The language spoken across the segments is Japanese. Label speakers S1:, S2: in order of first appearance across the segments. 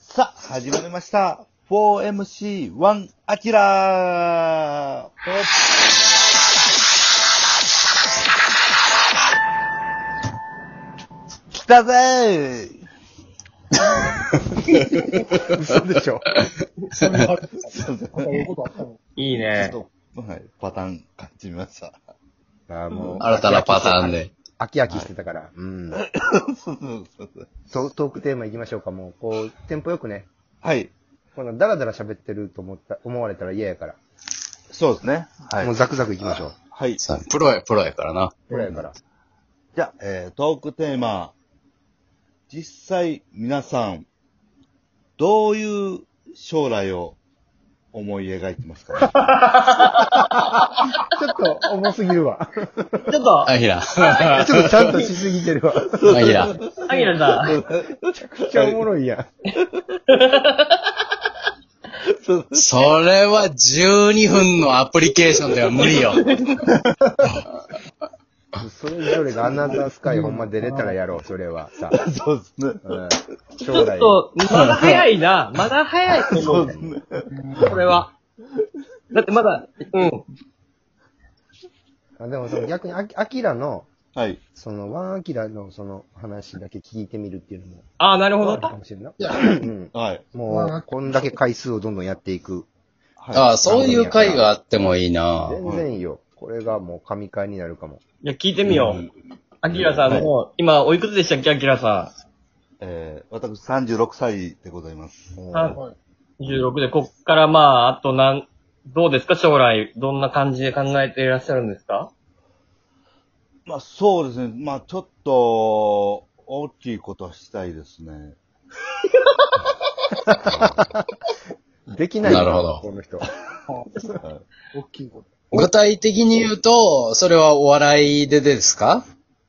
S1: さあ、始まりました。4MC1 アキラー来たぜー嘘でしょ
S2: そういうあいうことあったの。
S3: いい
S1: ち
S3: ね。
S1: ょっと、はい、パターン感じました。
S4: あの、
S5: 新たなパターンで。
S4: 飽き飽きしてたから。うん。
S1: そうそうそうそう
S4: トトークテーマ行きましょうか。もう、こう、テンポよくね。
S1: はい。
S4: こんなダラダラ喋ってると思った、思われたら嫌やから。
S1: そうですね。は
S4: もう
S1: い。
S4: ザクザク行きましょう。
S1: はい。
S5: さプロやプロやからな。
S4: これやから。
S1: じゃあ、えー、トークテーマ。実際、皆さん、どういう将来を思い描いてますか
S4: ちょっと重すぎ るわ。
S3: ちょっと、
S5: アキ ラ。
S4: ちょっとちゃんとしすぎて るわ。め
S5: アキラ。
S3: アキラさん、
S4: っちゃおもろいや
S5: それは12分のアプリケーションでは無理よ。
S4: ん。それぞれがアナザースカイほんま出れたらやろう、それは。さ。
S1: そうですね。
S4: うん、
S3: ち
S4: 将
S3: ょっ
S4: 来。
S3: と、まだ早いな。まだ早いと思う。これは。だってまだ、うん。
S4: あでもその逆にアキ、アキラの、
S1: はい。
S4: その、ワンアキラのその話だけ聞いてみるっていうのも、
S3: ああ、なるほ
S4: あ
S3: ど
S4: る。かもしれんな。うん。
S1: はい。
S4: もう、こんだけ回数をどんどんやっていく。
S1: は
S5: ああ、そういう回があってもいいな。
S4: 全然いいよ。これがもう神回になるかも。
S3: いや、聞いてみよう。アキラさん、もう、今、おいくつでしたっけ、アキラさ
S1: い。えー、私36歳でございます。
S4: うん
S3: ん。16で、こっからまあ、あとなん、どうですか将来、どんな感じで考えていらっしゃるんですか
S1: まあそうですね。まあちょっと、大きいことはしたいですね。
S4: できないよ
S5: なるほど
S4: この人。
S1: は
S2: 大きいこと。
S5: 具体的に言うと、それはお笑いでですか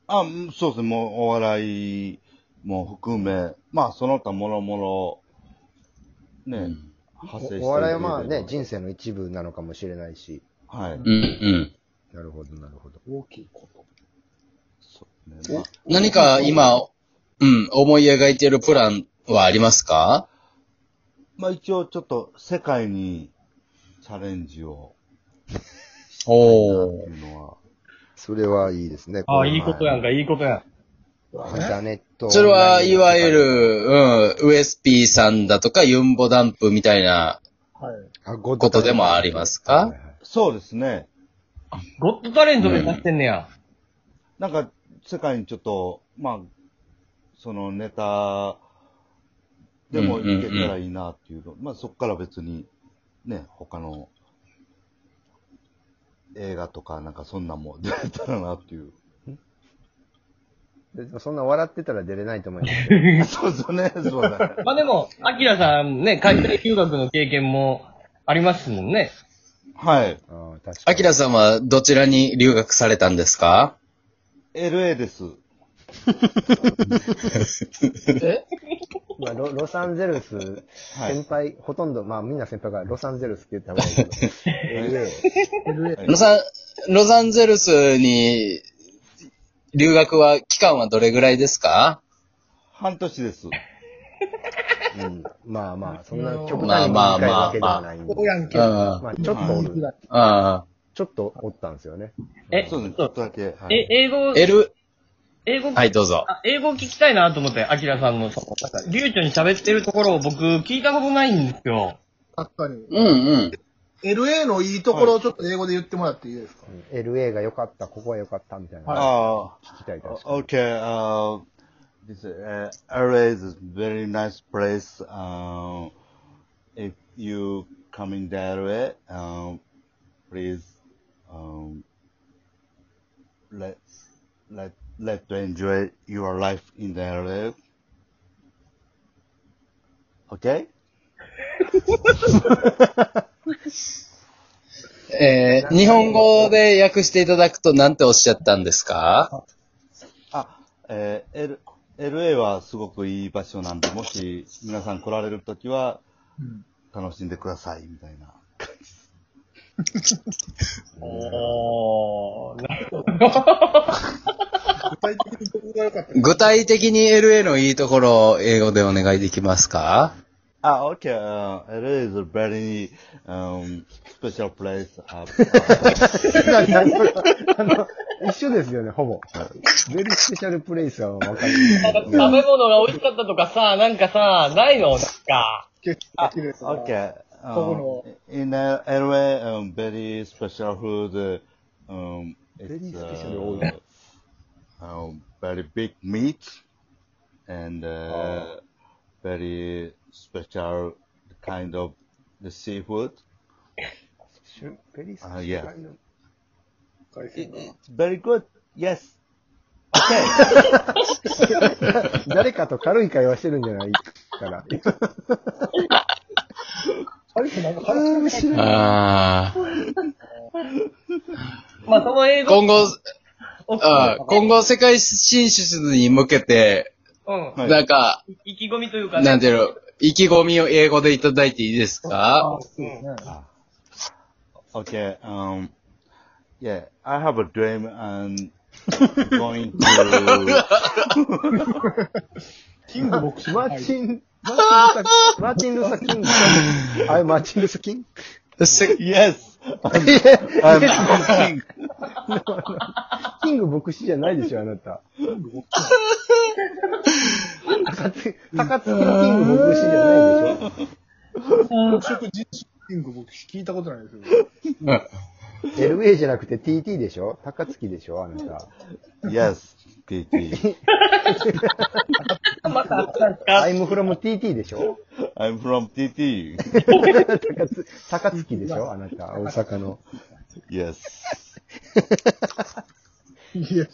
S1: あ、うんそうですね。もうお笑いも含め、まあその他もろもろ、ね、
S5: うん
S1: 派生していく
S4: おお笑いはまあね、人生の一部なのかもしれないし。
S1: はい。
S5: うんうん。
S4: なるほど、なるほど。
S2: 大きいこと。
S1: そうですねまあ
S5: 何か今、うん、思い描いているプランはありますか
S1: まあ一応ちょっと世界にチャレンジを
S5: お
S1: っていうのは。
S4: それはいいですね。
S3: ああ、いいことやんか、いいことやん。
S4: インターネット。
S5: それはいわゆる
S4: る。、
S5: うん、ウエスピーさんだとか、ユンボダンプみたいな
S2: はい。
S5: ことでもありますか
S1: そうですね。
S3: ゴッドタレント目指してんねや。
S1: なんか、世界にちょっと、まあ、そのネタでもいけたらいいなっていうの。まあ、そこから別に、ね、他の映画とかなんかそんなんも出れたらなっていう。
S4: でもそんな笑ってたら出れないと 思います。
S1: そうですよね、そうだね。
S3: まあでも、アキラさんね、海外留学の経験もありますもんね。
S1: はい。
S4: ああ、確か
S5: ア
S4: に。
S5: キラさんはどちらに留学されたんですか
S1: LA です。
S4: まあロ、ロサンゼルス、
S1: はい
S4: 先輩、ほとんど、まあみんな先輩がロサンゼルスって言った方がいいけど。LA
S5: ロサン、ロサンゼルスに留学は、期間はどれぐらいですか
S1: 半年です。
S4: うん。まあまあ、そんな極
S5: ま
S4: 端
S5: あ
S4: に
S5: まあ
S4: 短い
S5: まあ
S4: わけではないんで。
S2: こうやんけ。
S5: うん。うん
S4: まあ、ちょっとおる、
S5: うん。
S4: ちょっとおったんですよね。
S3: え、
S1: そうですね、ちょっとだけ。はい
S3: え、英語、
S5: L、
S3: 英語、
S5: はい、どうぞ。
S3: あ英語聞きたいなと思って、アキラさんの、なんか、流暢に喋ってるところを僕、聞いたことないんですよ。
S2: 確かに。
S5: うんうん。
S2: LA のいいところをちょっと英語で言ってもらっていいですか、
S4: うん LA が良かった、ここは良かったみたいな。
S1: ああ。
S4: 聞きたい、確かに。
S1: Okay, uh, this uh, LA is a very nice place. Um, if you coming that way, um, please um, let's let let to enjoy your life in the LA. Okay.
S5: えー、日本語で訳していただくと何ておっしゃったんですか
S1: あ、えー L、LA はすごくいい場所なんで、もし皆さん来られるときは、楽しんでください、みたいな。
S3: おー、なるほど。
S2: 具体的にどこが良かったか。
S5: 具体的に LA のいいところを英語でお願いできますか
S1: Ah, okay. Uh, it is a very um, special place. Uh, uh,
S4: 何それ あの、一緒ですよね、ほぼ。ベリースペシャルプレイスはわかる。
S3: なんか食べ物が美味しかったとかさ、なんかさ、ないのなんか。
S2: 結構綺麗ですね。
S1: okay. Um,
S2: Kokono.
S1: in uh, LA, um, very special food. uh, Um, it's,
S4: Very special food.
S1: uh, um, very big meat and
S4: Oh.
S1: uh, very special kind of the seafood.
S4: ベリース
S1: あいや
S2: 海
S1: It,
S2: 鮮が
S1: it's very good. Yes.
S4: 誰かと軽い会話してるんじゃない から。
S2: あれなんか話してる
S5: あー
S3: まあ、その英語、
S5: 今後、あー今後世界進出に向けて、
S3: うん。
S1: はい
S5: なんか、
S3: 意気込みというかね。
S5: なんていうの、意気込みを英語でいただいていいですか
S2: ね。
S1: Okay. Um, yeah, I have a dream and going to.
S2: キングボクシング。
S4: マーチン、マーチンルサ、マーチンルサキング。あれ、マーチンルサキング
S5: せ
S1: yes,
S4: いや
S1: I'm thinking.
S4: キング牧師じゃないでしょ、あなた。高津高津のキング牧師じゃないでしょ。
S2: 食人種キング僕聞いたことないですよ。
S4: LA じゃなくて TT でしょ高槻でしょあなた。
S1: Yes, TT.
S3: また、なんか、
S4: I'm from TT でしょ
S1: I'm from TT.
S4: 高津高槻でしょあなた。大阪の。
S1: Yes.
S2: いや、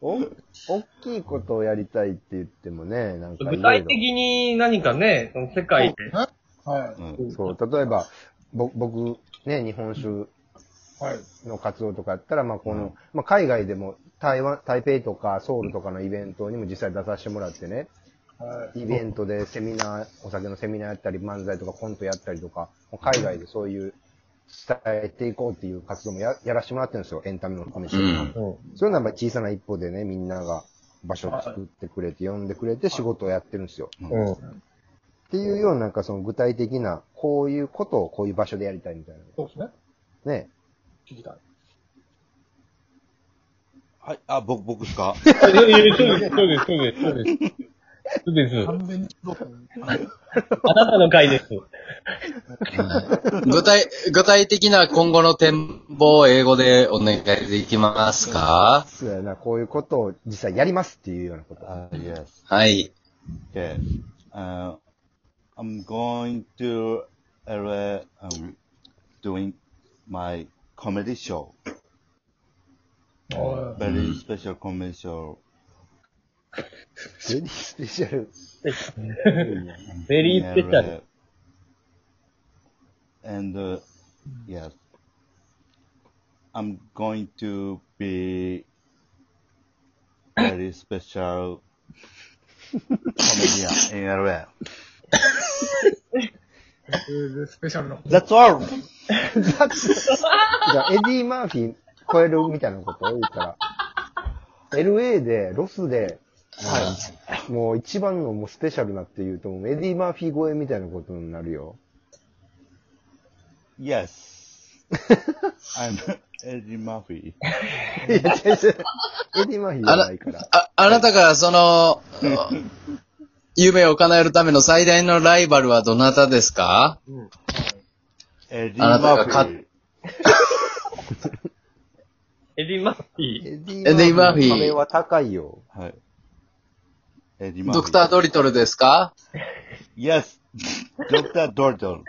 S4: お、大きいことをやりたいって言ってもね、なんかいろいろ。
S3: 具体的に何かね、その世界で。
S2: は
S1: Mm.
S4: そう、例えば、ぼ、僕、ね、日本酒
S2: い。はい。
S4: の活動とかやったら、まあこの、
S1: うん
S4: まあ海外でも台湾、台北とかソウルとかのイベントにも実際出させてもらってね、
S2: はい。
S4: イベントでセミナー、お酒のセミナーやったり、漫才とかコントやったりとか、もう海外でそういう伝えていこうっていう活動もややらせてもらってるんですよ、エンタメのために。
S5: うん
S4: そういうのはやっぱり小さな一歩でね、みんなが場所を作ってくれて、呼んでくれて仕事をやってるんですよ。
S1: うん
S4: っていうような、なんかその具体的な、こういうことをこういう場所でやりたいみたい
S2: そうですね。
S4: な。ね。
S2: 聞きたい。
S1: はい、あ、僕、僕ですか
S3: いやいやいやそうです、そうです、そうです、そうです。そうです。
S2: 完全にどうかな
S3: あなたの回です。
S5: 具体、具体的な今後の展望を英語でお願いできますか
S4: そうやな、こういうことを実際やりますっていうようなこと。
S1: Uh, yes.
S5: はい。
S1: Okay. Uh, I'm going to LA, um, doing my comedy show.
S2: は
S1: Very special comedy show.
S4: ベリースペシャル。
S3: ベリースペシャル。
S1: And uh, yes, I'm going to be very special comedian in LA.
S2: い。えースペシャルな。
S1: That's all.
S4: じゃあ、エディ・マーフィー超えるみたいなことを言ったら、LA で、ロスで、もう一番のもうスペシャルなって言うと、もうエディ・マーフィー超えみたいなことになるよ。
S1: Yes. I'm Eddie Murphy.
S4: いや、違う違う。エディ・マーフィーじゃないから。
S5: あ、あなたがその、夢を叶えるための最大のライバルはどなたですか
S1: Eddie
S5: あなたが勝
S1: Murphy.
S3: エディ・マッピー。
S4: エデ
S5: エディマーフィー
S4: 壁は高いよ。
S1: はい。Eddie
S5: ドクター
S1: Murphy.
S5: ドリトルですか
S1: Yes. Doctor Dorton.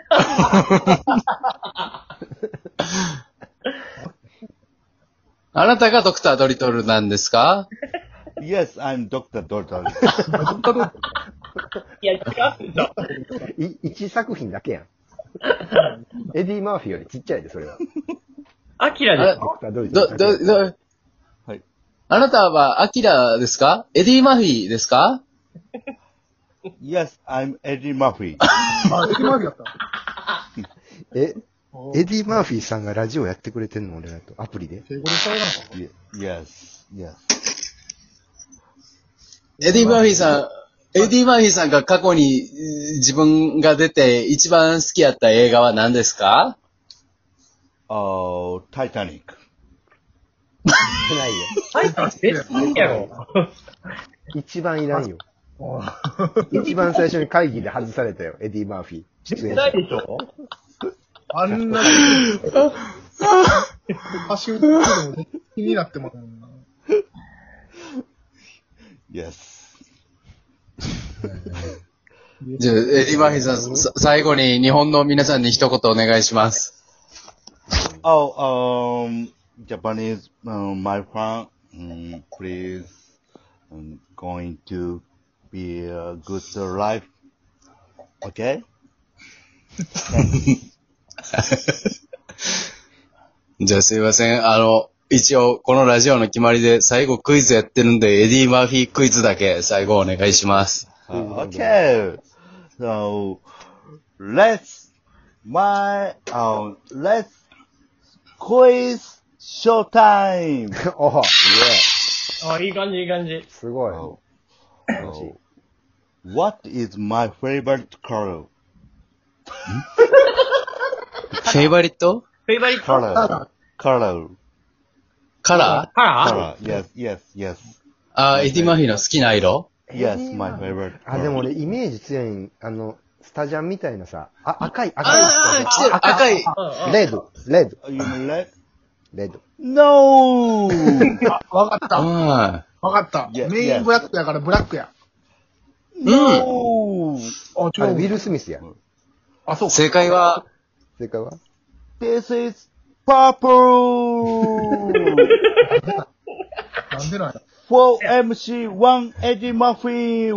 S5: あなたがドクタードリトルなんですか
S1: Yes, I'm Doctor Dorton.
S3: いや、違うでしょ。
S4: い、一作品だけやん。エディ・マーフィーよりちっちゃいで、それは。
S3: アキラ
S5: あ
S3: で
S5: れ
S3: す。
S4: ドクタードリト
S5: ど、
S4: ル
S5: ど、ど、
S1: はい。
S5: あなたはアキラですかエディ・マフィーですか
S1: Yes, I'm Eddie Murphy.
S2: あ、駅前だった。
S4: え、エディ・マーフィーさんがラジオやってくれてんの俺らと、アプリで。
S2: 英語で喋らなかった。
S1: Ye- Yes, yes.
S5: エディ・マーフィーさん、エディ・マーフィーさんが過去にえー自分が出て一番好きやった映画は何ですか
S1: あタイタニック。
S4: いないよ。
S3: はい、別にいいやろ。
S4: 一番いないよ。
S2: うん
S4: 一番最初に会議で外されたよ、エディ・マーフィー。出演
S3: な
S4: 者
S3: いでしょ
S2: あんな、足打ってでも気になってもらうな。
S1: Yes.
S5: じゃあ、エディ・マーフィーさん、さ最後に日本の皆さんに一言お願いします。
S1: Oh, um, Japanese, um, my friend, um, please, um, going to be a good life. Okay?
S5: じゃあすいません。あの、一応、このラジオの決まりで最後クイズやってるんで、エディ・マーフィークイズだけ最後お願いします。
S1: Uh, okay. So let's my um let's quiz showtime.
S4: おお、
S3: あ、いい感じ、いい感じ。
S4: すごい。
S1: Oh. Oh. What is my favorite color?
S5: フェイバリット
S3: フェイバリット
S1: Color. Color.
S5: カラー
S3: カラ
S1: Color. Yes. Yes. Yes.
S5: あー、エディ・マーフィーの好きな色
S1: Yes. My favorite.
S4: あ、でも
S1: color.
S4: 俺、イメージ強いん、あの、スタジャンみたいなさ、あ、赤い、赤い。
S5: ああ、来てる。赤い。
S3: ー。
S4: レッド、レッド、
S1: You mean red?
S4: レッド。
S1: No.
S2: わかった。
S5: あ
S2: わかった。
S1: いや
S2: メインブラックやからブラックや。
S1: no.
S2: あ、
S4: あれ、ウ
S2: 違
S4: ィ
S2: う。
S4: ル・スミスや。
S2: あ、そ
S5: あ
S2: うか。
S5: 正解は、
S4: 正解は
S1: This is purple.
S2: なんでなんや。
S1: For MC1 Eddie Murphy.